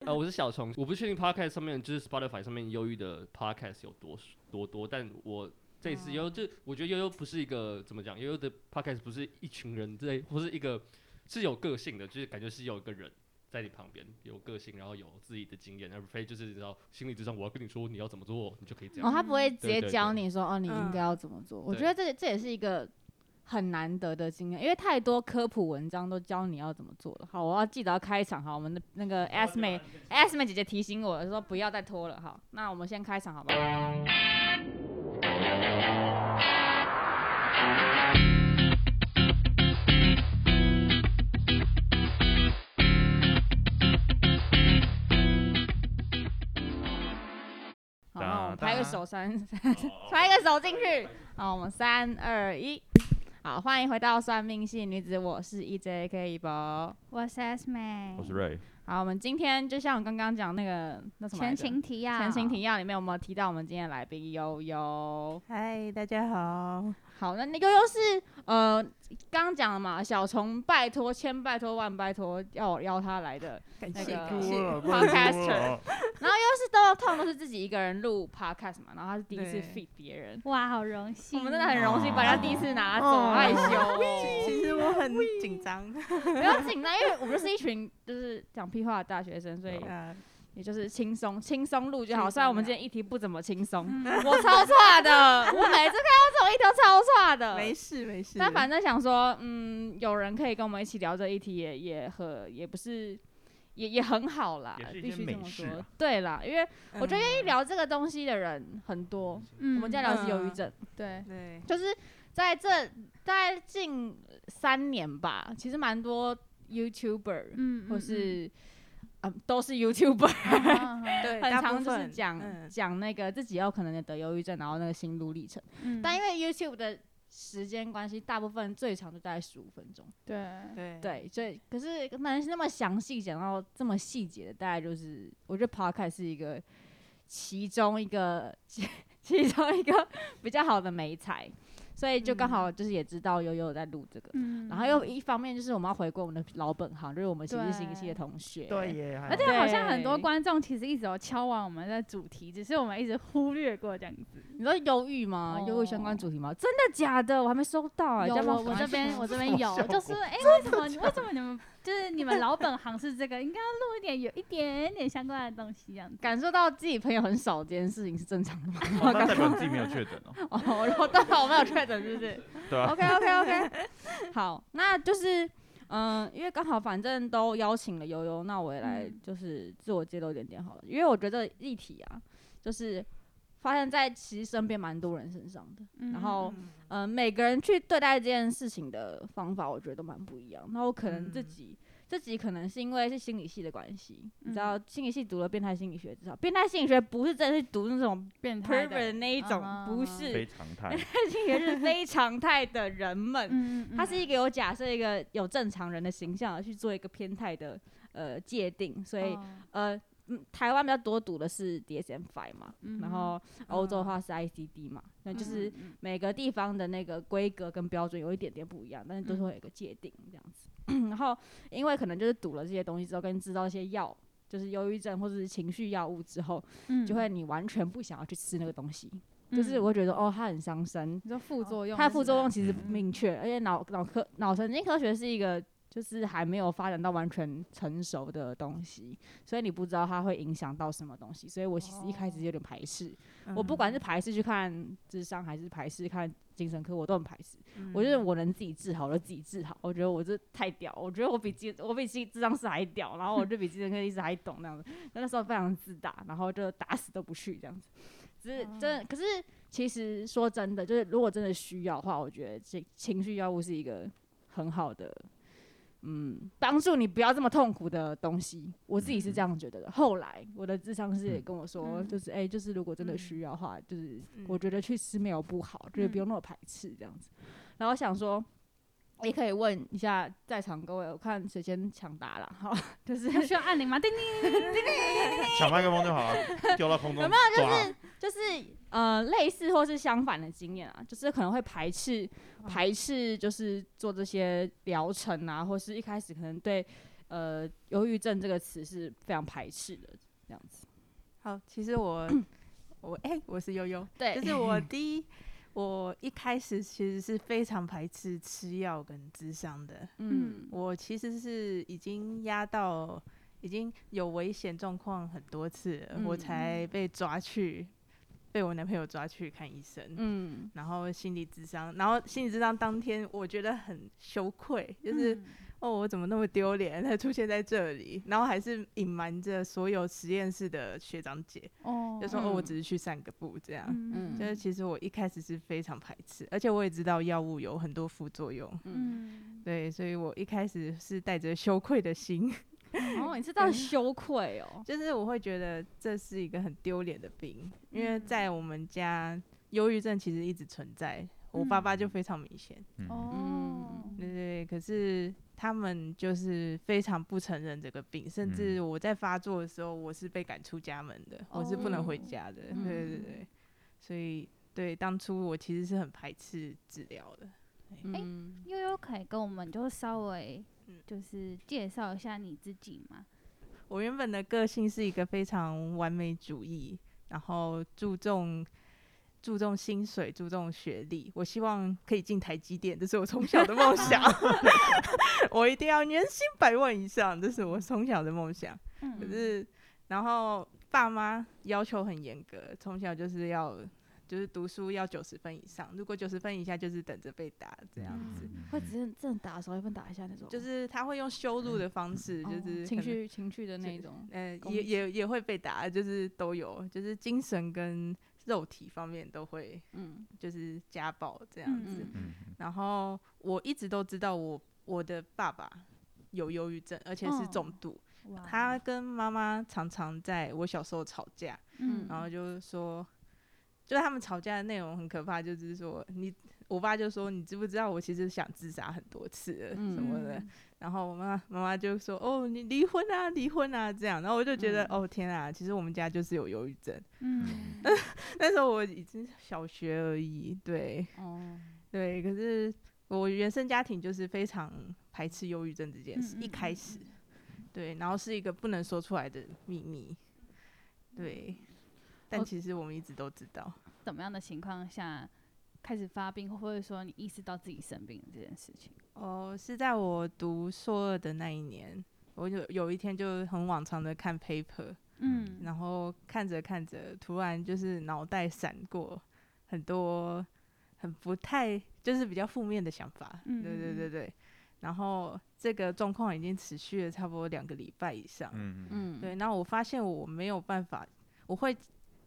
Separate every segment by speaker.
Speaker 1: 呃，我是小虫，我不确定 podcast 上面就是 Spotify 上面忧郁的 podcast 有多多多，但我这
Speaker 2: 哦
Speaker 1: 次悠悠就我觉得悠悠不是一个怎么讲，悠悠的 podcast 不是一群人在，不是一个是有个性的，就是感觉是有一个人。在你旁边有个性，然后有自己的经验，而非就是你知道心理智商，我要跟你说你要怎么做，你就可以这
Speaker 3: 然后
Speaker 1: 样。
Speaker 3: 哦他不会直
Speaker 1: 对
Speaker 3: 接
Speaker 1: 对
Speaker 3: 教你说，哦，你
Speaker 4: 嗯
Speaker 3: 应该要怎么做。我
Speaker 1: 对
Speaker 3: 觉得这这也是一个很难得的经验，因为太多科普文章都教你要怎么做了。好，我要记得要开场。好，我们的那个 S 妹 S 妹姐姐提醒我了，说不要再拖了。好，那我们先开场好不好？好，那我们
Speaker 2: 哒
Speaker 3: 拍个
Speaker 2: 哒
Speaker 3: 手，三三，拍个手进去。好，我们三二一。好，欢迎回到算命系女子，我是 E J K 一博。
Speaker 4: 我是 S 妹，
Speaker 2: 我是 Ray，
Speaker 3: 好，我们今天就像我刚刚讲那个那什么来
Speaker 4: 前
Speaker 3: 着
Speaker 4: 情提要，
Speaker 3: 前情提要里面，我们有提到我们今天的来宾悠悠。
Speaker 5: 嗨，大家好。
Speaker 3: 好，那那悠悠是呃，刚刚讲了嘛，小虫拜托千拜托万拜托要我邀他来的，
Speaker 5: 感
Speaker 3: 那
Speaker 5: 谢
Speaker 3: 个
Speaker 5: 感谢，
Speaker 3: 不能多了，就是都通常都是自己一个人录 podcast 嘛，然后他是第一次
Speaker 5: 对
Speaker 3: feed 别人，
Speaker 4: 哇，好荣幸
Speaker 3: 我
Speaker 4: 哦，
Speaker 3: 们真的很荣幸把人家第一次拿走，
Speaker 5: 哦
Speaker 3: 害羞哦。
Speaker 5: 其实我很紧 张，
Speaker 3: 不要紧张，因为我们是一群就是讲屁话的大学生，所以
Speaker 5: 呃，
Speaker 3: 也就是轻松轻松录就好。
Speaker 5: 轻松
Speaker 3: 虽然我们
Speaker 5: 聊
Speaker 3: 今天议题不怎么轻松，
Speaker 4: 嗯
Speaker 3: 我超差 的，我每次看到这种议题都超差的。
Speaker 5: 没事没事。
Speaker 3: 呃但反正想说，嗯，有人可以跟我们一起聊这一题也，也和也不是，也也很好啦
Speaker 2: 也，是
Speaker 3: 必
Speaker 2: 一件
Speaker 3: 须这
Speaker 2: 美
Speaker 3: 么
Speaker 2: 事
Speaker 3: 说。
Speaker 2: 啊
Speaker 3: 对啦，因为我觉得
Speaker 5: 愿
Speaker 3: 一聊这个东西的人很多，
Speaker 4: 嗯，
Speaker 3: 我们家聊的是忧郁
Speaker 5: 嗯
Speaker 3: 症，对，
Speaker 5: 对，
Speaker 3: 就是在这大概近三年吧，其实蛮多 YouTuber、
Speaker 4: 嗯，嗯，
Speaker 3: 或是。嗯，都是 YouTuber，
Speaker 4: 嗯，
Speaker 5: 对，
Speaker 3: 很
Speaker 5: 大
Speaker 3: 常
Speaker 5: 部
Speaker 3: 就是
Speaker 5: 分
Speaker 3: 讲
Speaker 5: 嗯
Speaker 3: 讲那个自己有可能得忧郁症，然后那个心路历程。
Speaker 4: 嗯
Speaker 3: 但因
Speaker 4: 为
Speaker 3: 为 YouTube 的时间关系，大部分最长就大概十五分钟。
Speaker 4: 对，
Speaker 5: 对
Speaker 3: 对，所以可是能那么详细讲到这么细节的，大概就是我觉得 Podcast 是一个其中一个其中一个 比较好的媒材，所以就刚好就是也知道悠悠有在录这个。
Speaker 4: 嗯
Speaker 3: 然后又一方面就是我们要回归我们的老本行，就是我们其实是一系
Speaker 4: 对
Speaker 3: 的同学，
Speaker 2: 对耶，还
Speaker 4: 而且好像很多
Speaker 3: 对
Speaker 4: 观众其实一直有敲完我们的主题，只是我们一直忽略过这样子。
Speaker 3: 你说忧郁吗？忧郁、相关
Speaker 4: 哦
Speaker 3: 主题吗？真的假的？我还没收到哎、
Speaker 4: 有
Speaker 3: 欸，要不要
Speaker 4: 我我
Speaker 3: 赶
Speaker 4: 这
Speaker 3: 快
Speaker 4: 边
Speaker 3: 去
Speaker 4: 我这边
Speaker 2: 什么效
Speaker 4: 有，
Speaker 2: 果
Speaker 4: 就是 哎、为什么你为什么你们就是你们老本行是这个，应该要录一点有一点点相关的东西这样子。
Speaker 3: 感受到自己朋友很少这件事情是正常的 吗？
Speaker 2: 哦那代表你自己没有确诊 哦，
Speaker 3: 哦，然后当然我没有确诊，是不是？
Speaker 2: 对啊，
Speaker 3: OK OK OK，好，那就是嗯、因为刚好反正都邀请了悠悠，那我也来
Speaker 4: 嗯
Speaker 3: 就是自我揭露一点点好了，因为我觉得议题啊，就是发现在其实身边蛮多人身上的，
Speaker 4: 嗯
Speaker 3: 然后
Speaker 5: 嗯
Speaker 3: 嗯、呃每个人去对待这件事情的方法，我觉得都蛮不一样。那我可能自
Speaker 5: 嗯
Speaker 3: 己。自己可能是因为是心理系的关系，你知道
Speaker 4: 嗯
Speaker 3: 心理系读了变态心理学，知道变态心理学不是真的是读那种
Speaker 4: 变态
Speaker 3: pervert
Speaker 4: 的，
Speaker 3: 的那一种，不
Speaker 4: 啊
Speaker 3: 是
Speaker 2: 非常态，
Speaker 3: 这也是非常态的人们，
Speaker 4: 嗯嗯，
Speaker 3: 他是一个有假设一个有正常人的形象而去做一个偏态的呃界定，所
Speaker 4: 所
Speaker 3: 以、呃，嗯台湾比较多读的是 DSM five 嘛，
Speaker 4: 嗯
Speaker 3: 然后欧洲的话是 ICD 嘛，那就是每个地方的那个规格跟标准有一点点不一样，但是都是会有一个界定这样子。 然后因为可能就是读了这些东西之后，跟知道一些药。就是忧郁症或者是情绪药物之
Speaker 4: 嗯
Speaker 3: 后，就会你完全不想要去吃那个东西，就是
Speaker 5: 嗯
Speaker 3: 我会觉得哦，它很伤身，
Speaker 4: 你说副作用，啊
Speaker 3: 它的副作用其实不
Speaker 4: 嗯
Speaker 3: 明确，而且脑脑科脑神经科学是一个就是还没有发展到完全成熟的东西，所以你不知道它会影响到什么东西。所以我其实一开始有点排斥，我
Speaker 5: 嗯
Speaker 3: 不管是排斥去看智商，还是排斥看精神科，我都很排斥。
Speaker 4: 嗯
Speaker 5: 嗯
Speaker 3: 我觉得我能自己治好，我就自己治好。我觉得我这太屌，我觉得我比精我比精智商师还屌，然后我就比精神科医师还懂那样子。那那时候非常自大，然后就打死都不去这样子。只是真
Speaker 4: 嗯
Speaker 3: 的，可是其实说真的，就是如果真的需要的话，我觉得这情绪药物是一个很好的。嗯，帮助你不要这么痛苦的东西，我自己是这样觉得的。后来我的智商师也跟我说，
Speaker 4: 嗯
Speaker 3: 就是哎、就是如果真的需要的话，就是
Speaker 5: 嗯
Speaker 3: 我觉得去吃没有不好，就是不用那么排斥这样子。然后想说，也可以问一下在场各位，我看谁先抢答了哈，就是
Speaker 4: 要 需要按铃吗？叮
Speaker 2: 抢麦克风就好了，丢到空中，有没有就是
Speaker 3: 就是呃类似或是相反的经验啊，就是可能会排斥排斥，就是做这些疗程啊，或是一开始可能对呃，忧郁症这个词是非常排斥的，这样子。
Speaker 5: 好，其实我 我哎、我是悠悠，
Speaker 3: 对
Speaker 5: 就是我第一，我一开始其实是非常排斥吃药跟智商的，
Speaker 3: 嗯，
Speaker 4: 嗯，
Speaker 5: 我其实是已经压到已经有危险状况很多次了，我
Speaker 3: 嗯
Speaker 5: 才被抓去，被我男朋友抓去看医生。
Speaker 3: 嗯，
Speaker 5: 然后心理智商，然后心理智商当天，我觉得很羞愧，就是、
Speaker 4: 嗯
Speaker 5: 哦，我怎么那么丢脸，才出现在这里，然后还是隐瞒着所有实验室的学长姐，
Speaker 4: 哦，
Speaker 5: 就说、哦，
Speaker 3: 嗯
Speaker 5: 我只是去散个步这样。
Speaker 4: 嗯
Speaker 5: 就是其实我一开始是非常排斥，而且我也知道药物有很多副作用，
Speaker 4: 嗯，
Speaker 5: 对，所以我一开始是带着羞愧的心，
Speaker 4: 嗯
Speaker 3: 哦，你是到羞愧哦，
Speaker 5: 就是我会觉得这是一个很丢脸的病，因为在我们家忧郁症其实一直存在，我爸爸就非常明显，
Speaker 2: 嗯，
Speaker 4: 哦，
Speaker 5: 对对，对可是他们就是非常不承认这个病，甚至我在发作的时候，我是被赶出家门的，我是不能回
Speaker 4: 哦
Speaker 5: 家的。
Speaker 3: 嗯
Speaker 5: 对对对，所以对当初我其实是很排斥治疗的。
Speaker 3: 嗯，
Speaker 4: 悠悠可以跟我们就稍微
Speaker 5: 嗯
Speaker 4: 就是介绍一下你自己吗？
Speaker 5: 我原本的个性是一个非常完美主义，然后注重。注重薪水，注重学历，我希望可以进台积电，这是我从小的 梦想。我一定要年薪百万以上，这是我从小的梦想。可
Speaker 4: 嗯，
Speaker 5: 是，然后爸妈要求很严格，从小就是要就是读书要九十分以上，如果九十分以下就是等着被打这样子。
Speaker 3: 会只是正打的时候一份打一下那种，
Speaker 5: 就是他会用羞辱的方式，
Speaker 3: 哦
Speaker 5: 就是
Speaker 3: 情
Speaker 5: 可能，
Speaker 3: 绪情绪的那
Speaker 5: 是
Speaker 3: 一种，
Speaker 5: 呃，
Speaker 3: 攻
Speaker 5: 也
Speaker 3: 击
Speaker 5: 也也会被打，就是都有，就是精神跟肉体方面都会
Speaker 3: 嗯
Speaker 5: 就是家暴这样子。
Speaker 3: 嗯
Speaker 2: 嗯
Speaker 5: 然后我一直都知道我我的爸爸有忧郁症，而且是
Speaker 4: 哦
Speaker 5: 重度，
Speaker 4: 哇
Speaker 5: 他跟妈妈常常在我小时候吵架，
Speaker 4: 嗯
Speaker 5: 然后就是说，就是他们吵架的内容很可怕，就是说你，我爸就说你知不知道我其实想自杀很多次了什么的，
Speaker 4: 嗯
Speaker 5: 然后我妈妈妈就说哦你离婚啊离婚啊这样，然后我就觉得、
Speaker 3: 嗯
Speaker 5: 哦天啊，其实我们家就是有忧郁症，
Speaker 4: 嗯，
Speaker 5: 那时候我已经小学而已，对嗯
Speaker 3: 哦，
Speaker 5: 对，可是我原生家庭就是非常排斥忧郁症这件事，
Speaker 4: 嗯嗯嗯
Speaker 5: 一开始，对，然后是一个不能说出来的秘密，对。但
Speaker 3: 哦
Speaker 5: 其实我们一直都知道，
Speaker 4: 怎么样的情况下开始发病，或者说你意识到自己生病这件事情？
Speaker 5: 哦，是在我读硕二的那一年，我有有一天就很往常的看 paper，
Speaker 4: 嗯，
Speaker 5: 然后看着看着，突然就是脑袋闪过很多很不太就是比较负面的想法，
Speaker 4: 嗯
Speaker 5: 对对
Speaker 4: 嗯
Speaker 5: 对对。然后这个状况已经持续了差不多两个礼拜以上，
Speaker 2: 嗯嗯
Speaker 3: 嗯，
Speaker 5: 对。那我发现我没有办法，我会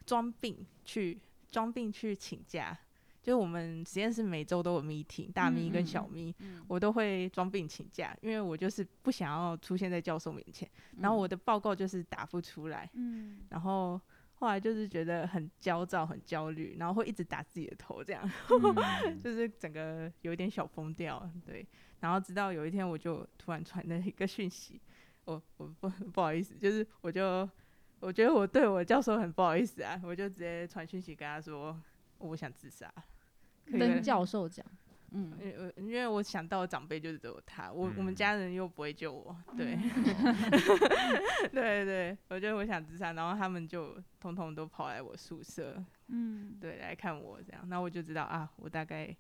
Speaker 5: 装病去装病去请假，就是我们实验室每周都有 meeting，大
Speaker 4: 嗯
Speaker 5: 咪跟
Speaker 3: 嗯
Speaker 5: 小
Speaker 3: 嗯
Speaker 5: 咪，
Speaker 3: 嗯，
Speaker 5: 我都会装病请假，因为我就是不想要出现在教授面前。然后我的报告就是打不出来，
Speaker 4: 嗯，
Speaker 5: 然后后来就是觉得很焦躁、很焦虑，然后会一直打自己的头，这样 就是整个有点小疯掉。对，然后直到有一天，我就突然传了一个讯息，我我不 不好意思，就是我就我觉得我对我教授很不好意思啊，我就直接传讯息跟他说我想自杀。可以
Speaker 3: 跟
Speaker 5: 吗
Speaker 3: 教授讲，嗯，
Speaker 5: 因为因为我想到的长辈就是只有他，我、我们
Speaker 2: 嗯
Speaker 5: 家人又不会救我，对， 对对，我觉得我想自杀，然后他们就通通都跑来我宿舍，
Speaker 4: 嗯，
Speaker 5: 对，来看我这样，那我就知道啊，我大概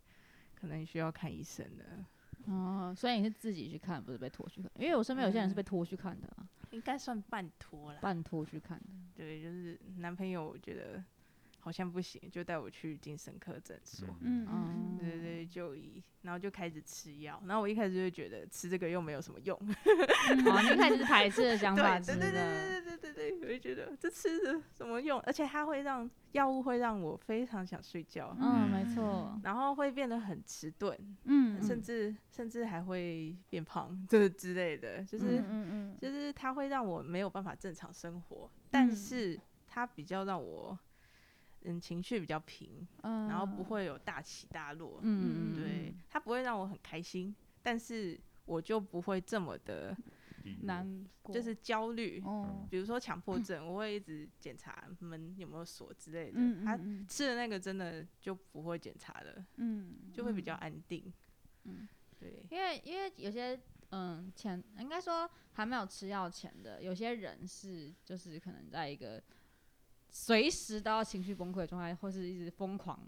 Speaker 5: 可能需要看医生了，
Speaker 3: 哦，所以你是自己去看，不是被拖去看，因为我身边有些人是被
Speaker 5: 嗯
Speaker 3: 拖去看的啊，
Speaker 5: 应该算半托啦，
Speaker 3: 半拖去看的，
Speaker 5: 对，就是嗯男朋友我觉得好像不行，就带我去精神科诊所，
Speaker 4: 嗯
Speaker 3: 哦
Speaker 4: 嗯，
Speaker 5: 对对对，就医，然后就开始吃药，然后我一开始就觉得吃这个又没有什么用，
Speaker 3: 哦，你一开始是排斥的想
Speaker 5: 对
Speaker 3: 法
Speaker 5: 对
Speaker 3: 值
Speaker 5: 对
Speaker 3: 的，
Speaker 5: 对 对对对对，我就觉得这吃的什么用？而且它会让药物会让我非常想睡觉，
Speaker 3: 嗯，
Speaker 2: 嗯
Speaker 3: 没错，
Speaker 5: 然后会变得很迟钝，
Speaker 4: 嗯，
Speaker 5: 甚至甚至还会变胖， 这之类的，就是、
Speaker 4: 嗯嗯
Speaker 5: 就是它会让我没有办法正常生活，但
Speaker 4: 嗯
Speaker 5: 是它比较让我嗯情绪比较平，
Speaker 4: 嗯，
Speaker 5: 然后不会有大起大落，
Speaker 3: 嗯，嗯
Speaker 5: 对，，它不会让我很开心，但是我就不会这么的
Speaker 4: 难过，
Speaker 5: 就是焦虑，
Speaker 4: 哦，
Speaker 5: 比如说强迫症，我会一直检查门有没有锁之类的。
Speaker 4: 嗯
Speaker 5: 他
Speaker 4: 嗯
Speaker 5: 吃的那个真的就不会检查了，
Speaker 4: 嗯，
Speaker 5: 就会比较安定。
Speaker 3: 嗯
Speaker 5: 对，
Speaker 3: 因为因为有些嗯，前应该说还没有吃药前的，有些人是就是可能在一个随时都要情绪崩溃的状态，或是一直疯狂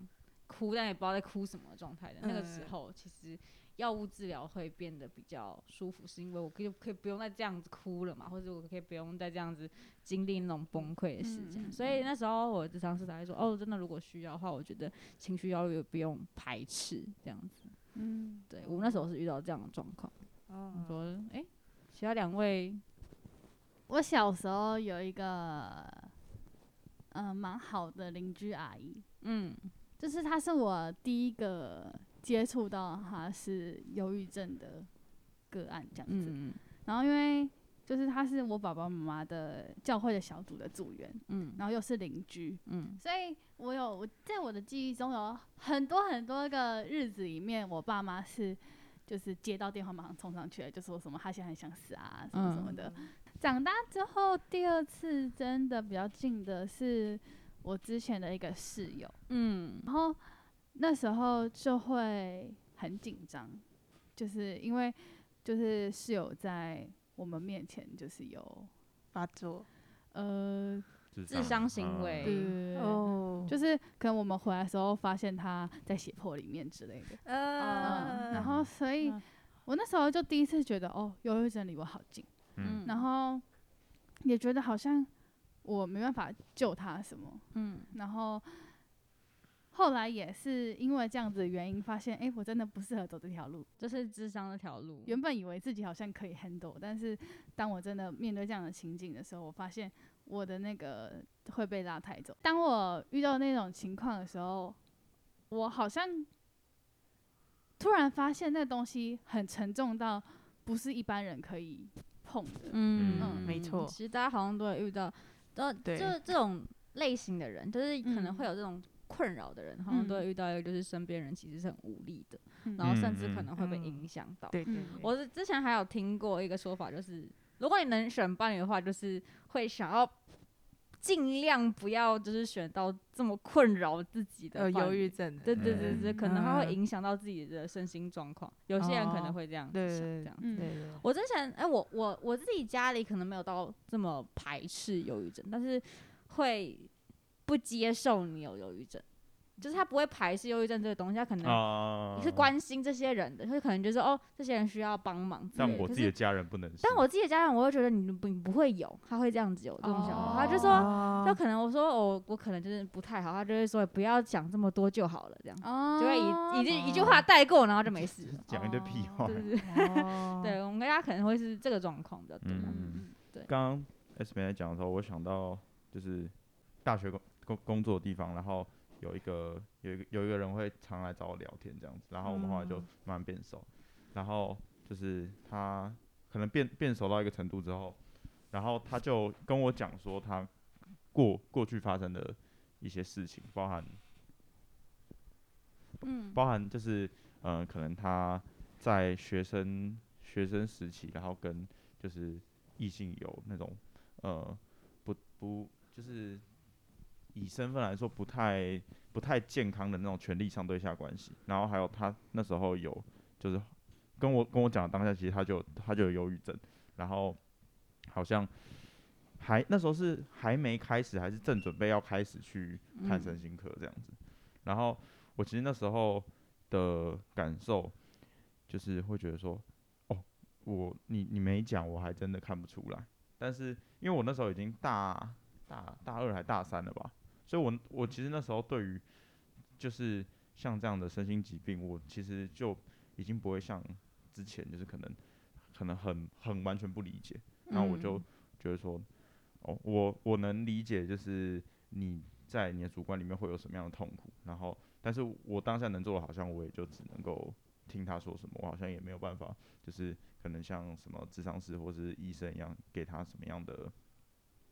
Speaker 3: 哭，但也不知道在哭什么的状态的、那个时
Speaker 5: 嗯
Speaker 3: 候，其实药物治疗会变得比较舒服，是因为我可以可以不用再这样子哭了嘛，或者我可以不用再这样子经历那种崩溃的事件。
Speaker 4: 嗯嗯
Speaker 3: 所以那时候我的常师才会说，哦，真的如果需要的话，我觉得情绪药物也不用排斥这样子。
Speaker 4: 嗯，
Speaker 3: 对我那时候是遇到这样的状况。我
Speaker 5: 哦，
Speaker 3: 说，哎、其他两位，
Speaker 4: 我小时候有一个，嗯、蛮好的邻居阿姨，
Speaker 3: 嗯
Speaker 4: 就是她是我第一个接触到她是忧郁症的个案这样子。
Speaker 3: 嗯
Speaker 4: 然后因为就是她是我爸爸妈妈的教会的小组的组员，
Speaker 3: 嗯
Speaker 4: 然后又是邻居，
Speaker 3: 嗯
Speaker 4: 所以我有我在我的记忆中有很多很多个日子里面，我爸妈是就是接到电话马上冲上去了，就说什么他现在很想死啊什么什么
Speaker 5: 嗯
Speaker 4: 的。长大之后，第二次真的比较近的是我之前的一个室友，
Speaker 3: 嗯
Speaker 4: 然后那时候就会很紧张，就是因为就是室友在我们面前就是有
Speaker 5: 发作
Speaker 4: 呃
Speaker 3: 自伤行为
Speaker 4: 对对对对
Speaker 5: 哦
Speaker 4: 就，是可能我们回来的时候发现他在斜坡里面之类的，
Speaker 5: 呃啊
Speaker 4: 嗯，然后所以
Speaker 3: 嗯
Speaker 4: 我那时候就第一次觉得哦，忧郁症离我好近，
Speaker 2: 嗯
Speaker 4: 然后也觉得好像我没办法救他什么，
Speaker 3: 嗯
Speaker 4: 然后后来也是因为这样子的原因，发现诶，我真的不适合走这条路。
Speaker 3: 这是智商那条路，
Speaker 4: 原本以为自己好像可以 handle，但是当我真的面对这样的情景的时候，我发现我的那个会被拉抬走。当我遇到那种情况的时候，我好像突然发现那东西很沉重到不是一般人可以碰的。
Speaker 3: 嗯
Speaker 2: 嗯
Speaker 5: 没错
Speaker 3: 其实大家好像都会遇到，都就
Speaker 5: 对
Speaker 3: 是这种类型的人，就是可能
Speaker 4: 嗯
Speaker 3: 会有这种困扰的人，好像都
Speaker 4: 嗯
Speaker 3: 会遇到一个就是身边人其实是很无力的，
Speaker 4: 嗯
Speaker 3: 然后甚至可
Speaker 2: 嗯嗯
Speaker 3: 能会被
Speaker 5: 嗯
Speaker 3: 影响到。
Speaker 5: 对对
Speaker 4: 嗯
Speaker 5: 对
Speaker 3: 我是之前还有听过一个说法，就是如果你能选伴侣的话，就是会想要尽量不要就是选到这么困扰自己的
Speaker 5: 呃
Speaker 3: 伴
Speaker 5: 忧
Speaker 3: 侣
Speaker 5: 郁症的，
Speaker 3: 对对对对，
Speaker 4: 嗯
Speaker 3: 可能它会
Speaker 5: 嗯
Speaker 3: 影响到自己的身心状况。有些人可能
Speaker 5: 哦
Speaker 3: 会这样
Speaker 5: 对
Speaker 3: 子想，
Speaker 5: 对
Speaker 3: 这样。
Speaker 5: 对
Speaker 4: 嗯，
Speaker 5: 对，
Speaker 3: 我之前，哎、我我我自己家里可能没有到这么排斥忧郁症，但是会不接受你有忧郁症，就是他不会排斥忧郁症这个东西，他可能
Speaker 2: 啊，
Speaker 3: 嗯是关心这些人的，他可能就说哦，这些人需要帮忙之类
Speaker 2: 但
Speaker 3: 的。
Speaker 2: 我
Speaker 3: 可
Speaker 2: 自己
Speaker 3: 是
Speaker 2: 的家人不能是，
Speaker 3: 但我自己的家人，我会觉得你不你不会有，他会这样子有这种想法，他就说，
Speaker 5: 哦
Speaker 3: 他可能我说我、我可能就是不太好，他就会说不要讲这么多就好了，这样
Speaker 4: 哦
Speaker 3: 就会一一句一句话带过，然后就没事了。
Speaker 2: 讲一堆屁话
Speaker 3: 对。对对，
Speaker 5: 哦
Speaker 3: 对我们大家可能会是这个状况比较多。
Speaker 2: 嗯刚刚 S 梅在讲的时候，我想到就是大学工工工作的地方，然后有一个有一个有一个人会常来找我聊天这样子，然后我们后来就
Speaker 5: 嗯
Speaker 2: 慢慢变熟，然后就是他可能变变熟到一个程度之后，然后他就跟我讲说他过过去发生的一些事情，包含
Speaker 3: 嗯
Speaker 2: 包含就是嗯、呃可能他在学生学生时期，然后跟就是异性有那种呃不不就是以身份来说不太不太健康的那种权利上对下关系，然后还有他那时候有就是跟我跟我讲的当下，其实他就他就有忧郁症，然后好像。还那时候是还没开始，还是正准备要开始去看身心科这样子。然后我其实那时候的感受就是会觉得说，哦，我你你没讲，我还真的看不出来。但是因为我那时候已经大大大二还大三了吧，所以我我其实那时候对于就是像这样的身心疾病，我其实就已经不会像之前就是可能可能很很完全不理解。然后我就觉得说，哦，我我能理解，就是你在你的主观里面会有什么样的痛苦，然后，但是我当下能做的，好像我也就只能够听他说什么，我好像也没有办法，就是可能像什么智商师或是医生一样，给他什么样的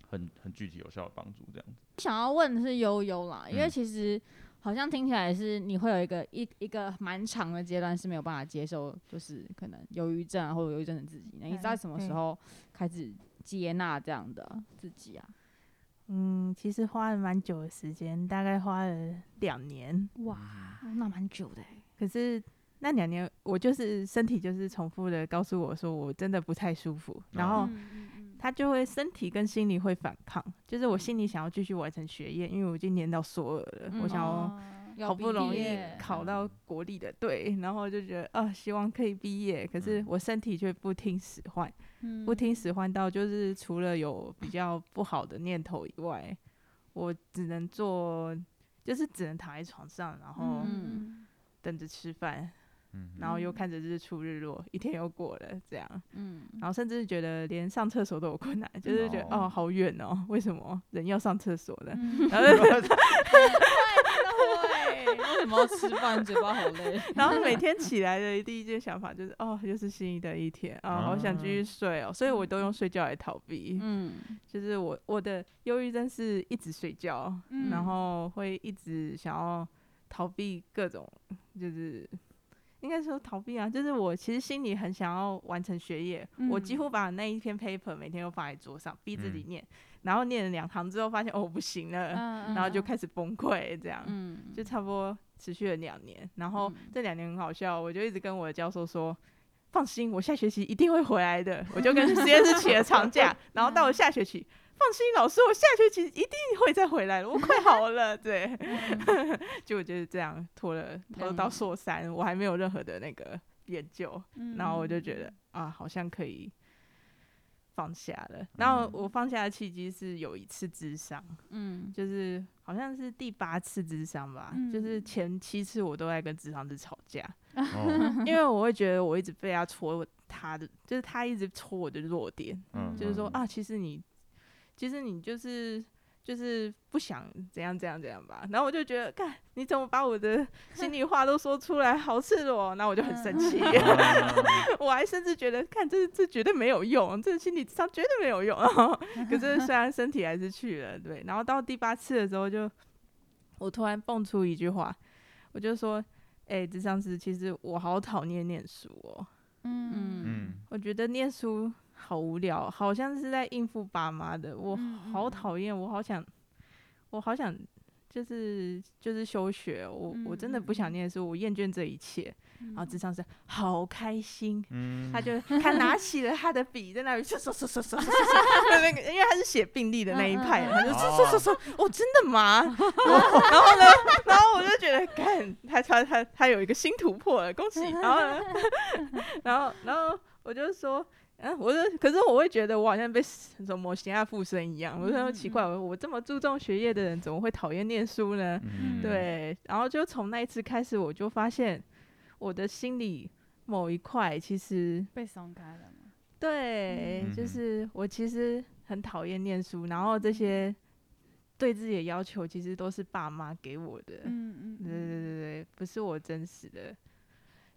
Speaker 2: 很很具体有效的帮助，这样子。
Speaker 3: 想要问的是悠悠啦，因为
Speaker 2: 嗯
Speaker 3: 其实好像听起来是你会有一个一一个蛮长的阶段是没有办法接受，就是可能忧郁症啊或者忧郁症的自己，那你
Speaker 4: 嗯
Speaker 3: 在什么时
Speaker 5: 对
Speaker 3: 候开始接纳这样的自己啊？
Speaker 5: 嗯，其实花了蛮久的时间，大概花了两年，
Speaker 3: 啊哇，那蛮久的、欸
Speaker 5: 可是那两年我就是身体就是重复的告诉我说我真的不太舒服，然
Speaker 2: 哦
Speaker 5: 后
Speaker 4: 嗯嗯嗯
Speaker 5: 他就会身体跟心理会反抗，就是我心里想要继续完成学业，因为我已经念到硕二了，我
Speaker 3: 嗯
Speaker 5: 想要
Speaker 4: 哦
Speaker 3: 要
Speaker 5: 好不容
Speaker 3: 毕
Speaker 5: 易
Speaker 3: 业
Speaker 5: 考到国立的队，然后就觉得啊，希望可以毕业，可是
Speaker 2: 嗯
Speaker 5: 我身体却不听使唤，
Speaker 4: 嗯
Speaker 5: 不听使唤到就是除了有比较不好的念头以外，我只能做，就是只能躺在床上，然后
Speaker 4: 嗯
Speaker 5: 等着吃饭，
Speaker 2: 嗯
Speaker 5: 然后又
Speaker 4: 嗯
Speaker 5: 看着日出日落，一天又过了这样。
Speaker 3: 嗯，
Speaker 5: 然后甚至觉得连上厕所都有困难，就是觉得
Speaker 2: 哦
Speaker 5: 哦好远哦，为什么人要上厕所呢？
Speaker 4: 嗯
Speaker 5: 然后
Speaker 3: 对， 为什么要吃饭？嘴巴好累。
Speaker 5: 然后每天起来的第一件想法就是哦又是新的一天啊，好想继续睡哦，所以我都用睡觉来逃避，
Speaker 3: 嗯
Speaker 5: 就是我我的忧郁症是一直睡觉，
Speaker 4: 嗯
Speaker 5: 然后会一直想要逃避各种，就是应该说逃避啊，就是我其实心里很想要完成学业，我几
Speaker 4: 嗯
Speaker 5: 乎把那一篇 paper 每天都放在桌上，逼自己
Speaker 2: 嗯
Speaker 5: 念，然后念了两堂之后发现哦我不行了，
Speaker 4: 嗯
Speaker 5: 然后就
Speaker 4: 嗯
Speaker 5: 开始崩溃，这样、
Speaker 3: 嗯，
Speaker 5: 就差不多持续了两年，然后
Speaker 3: 嗯
Speaker 5: 这两年很好笑，我就一直跟我的教授说。放心，我下学期一定会回来的。我就跟实验室请了长假，然后到了下学期，放心，老师，我下学期一定会再回来的。我快好了， 对。
Speaker 4: 嗯
Speaker 5: 就我就是这样拖了拖
Speaker 3: 两
Speaker 5: 到
Speaker 3: 年
Speaker 5: 硕三，我还没有任何的那个研究，
Speaker 4: 嗯
Speaker 5: 然后我就觉得啊，好像可以放下了。然后我放下的契机是有一次智商，
Speaker 3: 嗯
Speaker 5: 就是好像是第八次智商吧，就是
Speaker 4: 嗯
Speaker 5: 前七次我都在跟智商师吵架，
Speaker 2: 哦
Speaker 5: 因为我会觉得我一直被他戳他的，就是他一直戳我的弱点，
Speaker 2: 嗯
Speaker 5: 就是说
Speaker 2: 嗯
Speaker 5: 啊，其实你，其实你就是就是不想怎样怎样怎样吧。然后我就觉得，干你怎么把我的心里话都说出来，好赤裸哦。那我就很生气， 我还甚至觉得，看这这绝对没有用，这心理智商绝对没有用。然后可是虽然身体还是去了，对。然后到第八次的时候就，我突然蹦出一句话，我就说。哎、智商师，其实我好讨厌念书哦。
Speaker 4: 嗯
Speaker 3: 嗯
Speaker 2: 嗯
Speaker 5: 我觉得念书好无聊，好像是在应付爸妈的。我
Speaker 4: 嗯嗯
Speaker 5: 好
Speaker 4: 嗯
Speaker 5: 讨厌，我好想，我好想，就是就是休学。我、我真的不想
Speaker 4: 嗯嗯嗯
Speaker 5: 念书，我厌倦这一切。
Speaker 4: 嗯
Speaker 5: 然后智商是好开心，
Speaker 2: 嗯，
Speaker 5: 他就他拿起了他的笔，在那里嗖嗖嗖嗖嗖嗖嗖嗖，那个因为他是写病历的那一派，他就嗖嗖嗖嗖，哦，真的吗？然后然后呢，然后我就觉得，干，他他他他有一个新突破了，恭喜！然后呢，然后然后我就说。嗯，我就可是我会觉得我好像被什么形象附身一样，我就
Speaker 4: 嗯
Speaker 5: 说
Speaker 4: 嗯
Speaker 5: 奇怪，我我这么注重学业的人怎么会讨厌念书呢？
Speaker 2: 嗯
Speaker 5: 对，然后就从那一次开始，我就发现我的心里某一块其实
Speaker 4: 被松开了嘛，
Speaker 5: 对，
Speaker 2: 嗯
Speaker 5: 就
Speaker 2: 嗯
Speaker 5: 是我其实很讨厌念书，然后这些对自己的要求其实都是爸妈给我的，
Speaker 4: 嗯
Speaker 5: 对对对对，不是我真实的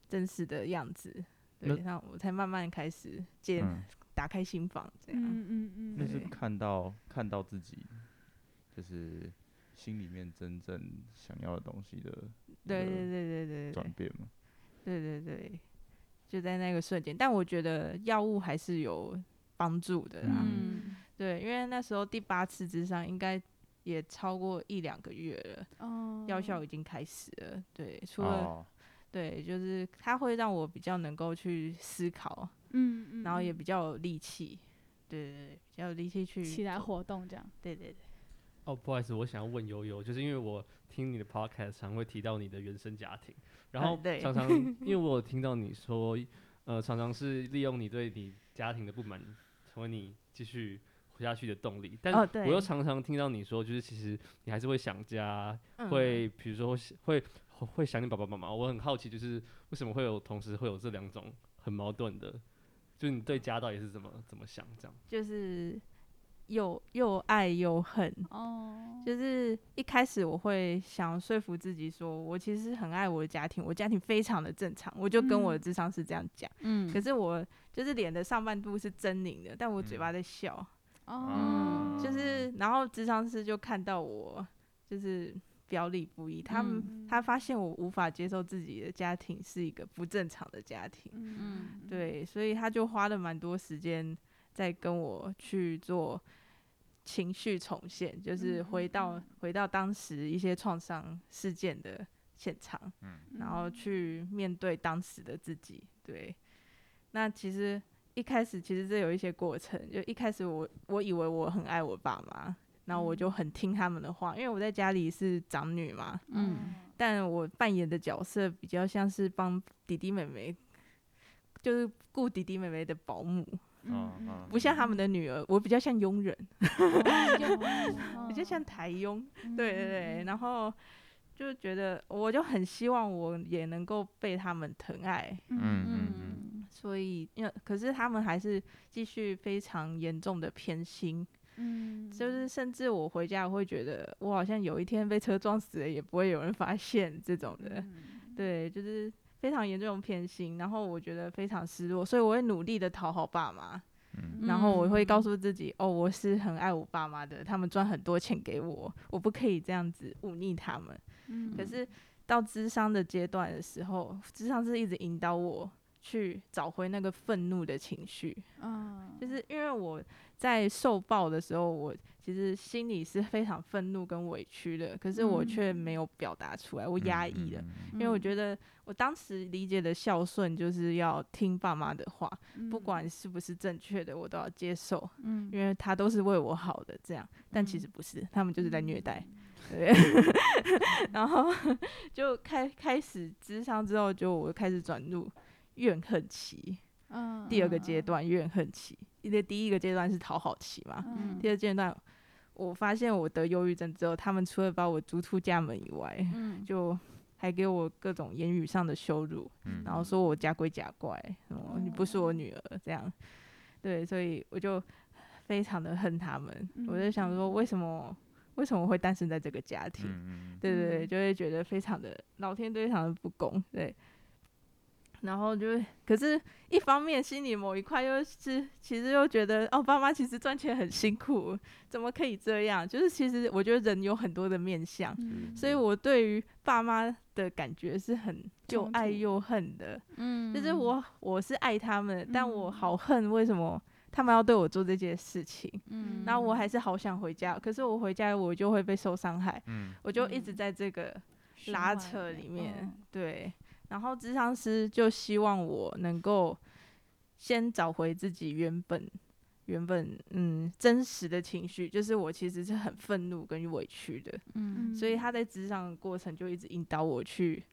Speaker 5: 真实的样子。对
Speaker 2: 那，
Speaker 5: 那我才慢慢开始接、
Speaker 2: 嗯
Speaker 5: 打开心房，这样、
Speaker 4: 嗯嗯
Speaker 2: 那
Speaker 4: 嗯
Speaker 2: 是
Speaker 5: 对
Speaker 2: 看到看到自己，就是心里面真正想要的东西的
Speaker 5: 对
Speaker 2: 一
Speaker 5: 对
Speaker 2: 个
Speaker 5: 对对对对
Speaker 2: 转变嘛。
Speaker 5: 对对对，就在那个瞬间。但我觉得药物还是有帮助的啦，
Speaker 3: 嗯
Speaker 5: 对，因为那时候第八次之上应该也超过一两个月了，
Speaker 4: 哦，
Speaker 5: 药效已经开始了。对，除了、
Speaker 2: 哦，
Speaker 5: 对，就是它会让我比较能够去思考，
Speaker 4: 嗯嗯，
Speaker 5: 然后也
Speaker 4: 嗯
Speaker 5: 比较有力气。对对对，比较有力气去
Speaker 4: 起来
Speaker 5: 做。
Speaker 4: 活动这样，
Speaker 5: 对对对，
Speaker 1: 哦，不好意思，我想要问悠悠，就是因为我听你的 podcast 常会提到你的原生家庭，然
Speaker 5: 啊
Speaker 1: 后
Speaker 5: 对
Speaker 1: 常常、因为我有听到你说，呃，常常是利用你对你家庭的不满，成为你继续活下去的动力。但
Speaker 5: 哦
Speaker 1: 我
Speaker 5: 对
Speaker 1: 又常常听到你说，就是其实你还是会想家，
Speaker 5: 嗯
Speaker 1: 会比如说会想会会想你爸爸妈妈。我很好奇，就是为什么会有同时会有这两种很矛盾的，就是你对家到底是怎么怎么想这样？
Speaker 5: 就是又又爱又恨。
Speaker 4: 哦，
Speaker 5: 就是一开始我会想说服自己说，我其实很爱我的家庭，我家庭非常的正常，我就跟我的
Speaker 4: 嗯
Speaker 5: 智商是这样讲。
Speaker 3: 嗯
Speaker 5: 可是我就是脸的上半部是狰狞的，但我嘴巴在笑，嗯
Speaker 3: 嗯
Speaker 4: 哦，
Speaker 5: 就是然后智商师就看到我就是表里不一，他们、
Speaker 4: 嗯
Speaker 5: 他发现我无法接受自己的家庭是一个不正常的家庭，
Speaker 4: 嗯嗯，
Speaker 5: 对，所以他就花了蛮多时间在跟我去做情绪重现，就是
Speaker 4: 嗯
Speaker 5: 回
Speaker 4: 嗯
Speaker 5: 到、
Speaker 4: 嗯
Speaker 5: 回到当时一些创伤事件的现场，
Speaker 4: 嗯
Speaker 5: 然后去面对当时的自己。对，那其实一开始其实这有一些过程，就一开始我我以为我很爱我爸妈，然后我就很听他们的话，因为我在家里是长女嘛，
Speaker 3: 嗯
Speaker 5: 但我扮演的角色比较像是帮弟弟妹妹，就是顾弟弟妹妹的保姆，
Speaker 2: 嗯嗯
Speaker 5: 不像他们的女儿，我比较像佣人，
Speaker 4: 嗯
Speaker 5: 比较像台佣。
Speaker 4: 嗯
Speaker 5: 对对对，然后就觉得我就很希望我也能够被他们疼爱，
Speaker 4: 嗯
Speaker 5: 所以因为可是他们还是继续非常严重的偏心，
Speaker 4: 嗯
Speaker 5: 就是甚至我回家我会觉得我好像有一天被车撞死了也不会有人发现这种
Speaker 4: 嗯
Speaker 5: 的，对，就是非常严重的偏心，然后我觉得非常失落，所以我会努力的讨好爸妈，
Speaker 2: 嗯
Speaker 5: 然后我会告
Speaker 3: 嗯
Speaker 5: 诉自己，哦，我是很爱我爸妈的，他们赚很多钱给我，我不可以这样子忤逆他们。
Speaker 4: 嗯
Speaker 5: 可是到智商的阶段的时候，智商是一直引导我去找回那个愤怒的情绪，
Speaker 4: 嗯
Speaker 5: 就是因为我在受暴的时候，我其实心里是非常愤怒跟委屈的，可是我却没
Speaker 4: 嗯
Speaker 5: 有表达出来，我
Speaker 2: 嗯
Speaker 5: 压抑了。，因为我觉得我当时理解的孝顺就是要听爸妈的话，不管是不是正确的，我都要接受，
Speaker 4: 嗯
Speaker 5: 因为他都是为我好的这样。但其
Speaker 4: 嗯
Speaker 5: 实不是，他们就是在虐待。
Speaker 4: 嗯
Speaker 5: 对， 然后就开开始智商之后，就我开始转入怨恨期，
Speaker 4: 嗯
Speaker 5: 第二个阶段怨恨期，因为第一个阶段是讨好期嘛，
Speaker 4: 嗯
Speaker 5: 第二阶段我发现我得忧郁症之后，他们除了把我逐出家门以外，
Speaker 3: 嗯，
Speaker 5: 就还给我各种言语上的羞辱，然后说我家规家怪，什么你不是
Speaker 4: 哦
Speaker 5: 我女儿这样，对，所以我就非常的恨他们，
Speaker 4: 嗯
Speaker 5: 我就想说为什么为什么我会诞生在这个家庭？
Speaker 2: 嗯
Speaker 5: 对对对，
Speaker 4: 嗯
Speaker 5: 就会觉得非常的老天对非常的不公，对。然后就是，可是一方面心里某一块又是，其实又觉得哦，爸妈其实赚钱很辛苦，怎么可以这样？就是其实我觉得人有很多的面相，
Speaker 4: 嗯
Speaker 5: 所以我对于爸妈的感觉是很又
Speaker 4: 冲
Speaker 5: 爱
Speaker 4: 突
Speaker 5: 又恨的，
Speaker 3: 嗯
Speaker 5: 就是我我是爱他们，但我
Speaker 4: 嗯
Speaker 5: 好恨为什么他们要对我做这件事情，
Speaker 3: 嗯
Speaker 5: 然后我还是好想回家，可是我回家我就会被受伤害，
Speaker 2: 嗯
Speaker 5: 我就一直
Speaker 4: 嗯
Speaker 5: 在这个。
Speaker 4: 循
Speaker 5: 拉
Speaker 4: 环
Speaker 5: 扯里面，
Speaker 4: 嗯
Speaker 5: 对。然后智商师就希望我能够先找回自己原本原本嗯真实的情绪，就是我其实是很愤怒跟委屈的，
Speaker 3: 嗯
Speaker 4: 哦
Speaker 5: 所以他在智商的过程就一直引导我去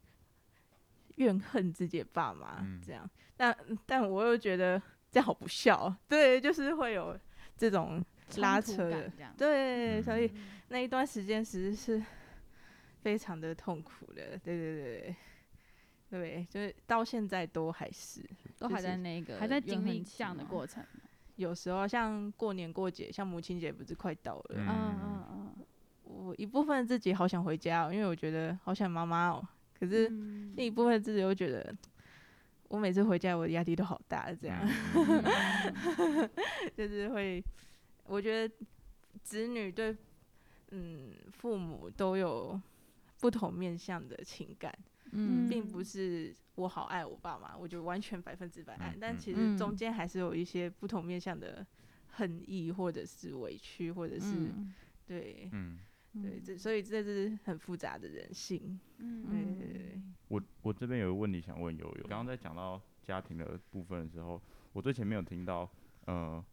Speaker 5: 怨恨自己的爸妈、
Speaker 2: 嗯
Speaker 5: 这样，但但我又觉得这样好不孝，哦对，就是会有这种拉
Speaker 4: 冲突
Speaker 5: 扯
Speaker 4: 感
Speaker 5: 的
Speaker 4: 这样
Speaker 5: 对，所以
Speaker 4: 嗯
Speaker 5: 那一段时间其实是非常的痛苦的，对对对对，对，就是到现在都还是
Speaker 3: 都还
Speaker 5: 就是
Speaker 3: 在那个
Speaker 4: 还在
Speaker 3: 怨
Speaker 4: 经
Speaker 3: 恨
Speaker 4: 历
Speaker 3: 期
Speaker 4: 这样的
Speaker 3: 吗
Speaker 4: 过程，
Speaker 5: 有时候像过年过节，像母亲节不是快到了，
Speaker 2: 嗯
Speaker 4: 嗯嗯
Speaker 5: 我一部分自己好想回家、哦，因为我觉得好想妈妈哦，可是
Speaker 4: 嗯，
Speaker 5: 另一部分自己又觉得。我每次回家，我的压力都好大，这
Speaker 2: 嗯
Speaker 5: 样、
Speaker 4: 嗯
Speaker 5: 就是会，我觉得子女对嗯父母都有不同面向的情感，
Speaker 3: 嗯
Speaker 5: 并不是我好爱我爸妈，我就完全百分之百爱，
Speaker 2: 嗯
Speaker 5: 但
Speaker 2: 嗯
Speaker 5: 其实中
Speaker 3: 嗯
Speaker 5: 间还是有一些不同面向的恨意，或者是委屈，或者是、
Speaker 3: 嗯
Speaker 5: 对
Speaker 2: 嗯，
Speaker 5: 对，这所以这是很复杂的人性。
Speaker 4: 嗯
Speaker 5: 对对对，
Speaker 2: 我我这边有个问题想问悠悠，刚刚在讲到家庭的部分的时候，我最前面有听到，呃，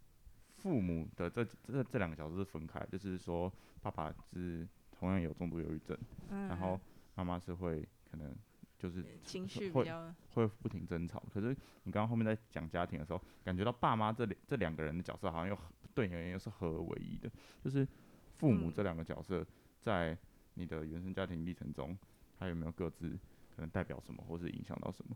Speaker 2: 父母的这这这两个角色是分开，就是说爸爸是同样有重度忧郁症，
Speaker 5: 嗯
Speaker 2: 然后妈妈是会可能就是
Speaker 5: 情绪比
Speaker 2: 会
Speaker 5: 较
Speaker 2: 会不停争吵。可是你刚刚后面在讲家庭的时候，感觉到爸妈这里这两个人的角色好像又合对你而言又是合为一的，就是父母
Speaker 5: 嗯
Speaker 2: 这两个角色在你的原生家庭历程中，他有没有各自可能代表什么，或是影响到什么？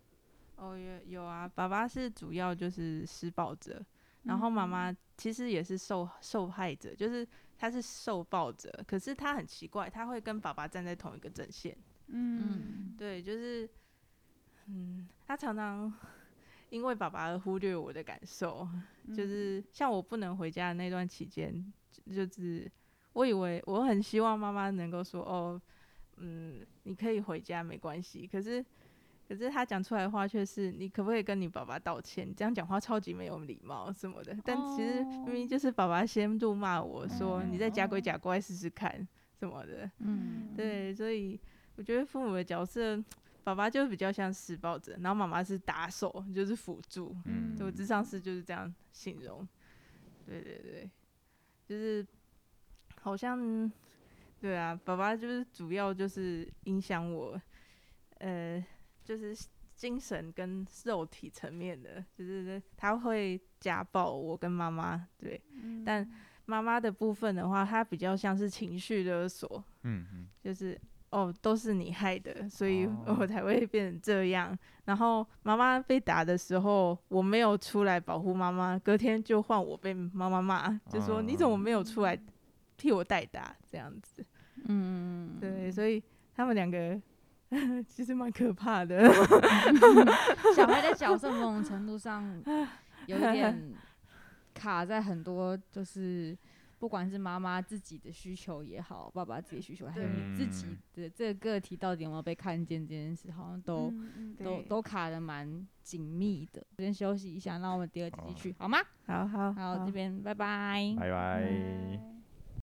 Speaker 5: 哦有有啊，爸爸是主要就是施暴者，然后
Speaker 2: 嗯
Speaker 5: 妈妈其实也是受受害者，就是她是受暴者，可是她很奇怪，她会跟爸爸站在同一个阵线。
Speaker 4: 嗯
Speaker 5: 对，就是，嗯，他常常因为爸爸而忽略我的感受，就是像我不能回家的那段期间，就就是我以为我很希望妈妈能够说哦，嗯，你可以回家没关系，可是。可是他讲出来的话却是你可不可以跟你爸爸道歉？你这样讲话超级没有礼貌什么的。但其实明明就是爸爸先怒骂我说、你在假鬼假怪试试看什么的。
Speaker 3: 嗯
Speaker 5: 对，所以我觉得父母的角色，爸爸就比较像施暴者，然后妈妈是打手，就是辅助。
Speaker 2: 嗯，
Speaker 5: 对我智商师就是这样形容。对对对，就是好像对啊，爸爸就是主要就是影响我，呃，就是精神跟肉体层面的，就是他会家暴我跟妈妈。对
Speaker 4: 嗯
Speaker 5: 但妈妈的部分的话，他比较像是情绪勒索，
Speaker 2: 嗯嗯
Speaker 5: 就是哦，都是你害的，所以
Speaker 2: 哦
Speaker 5: 我才会变成这样。然后妈妈被打的时候，我没有出来保护妈妈，隔天就换我被妈妈骂，就说、你怎么没有出来替我代打这样子？
Speaker 3: 嗯，
Speaker 5: 对，所以他们两个 其实蛮可怕的。
Speaker 3: 小孩的角色某种程度上有一点卡在很多，就是不管是妈妈自己的需求也好，爸爸自己的需求，还有你自己的这个个体到底有没有被看见这件事，好像都、
Speaker 4: 嗯嗯
Speaker 3: 都
Speaker 5: 对
Speaker 3: 都卡的蛮紧密的。先休息一下，那我们第二集继续好吗？
Speaker 5: 好好
Speaker 3: 好，这边拜拜
Speaker 2: 嗯，拜拜。
Speaker 4: 拜拜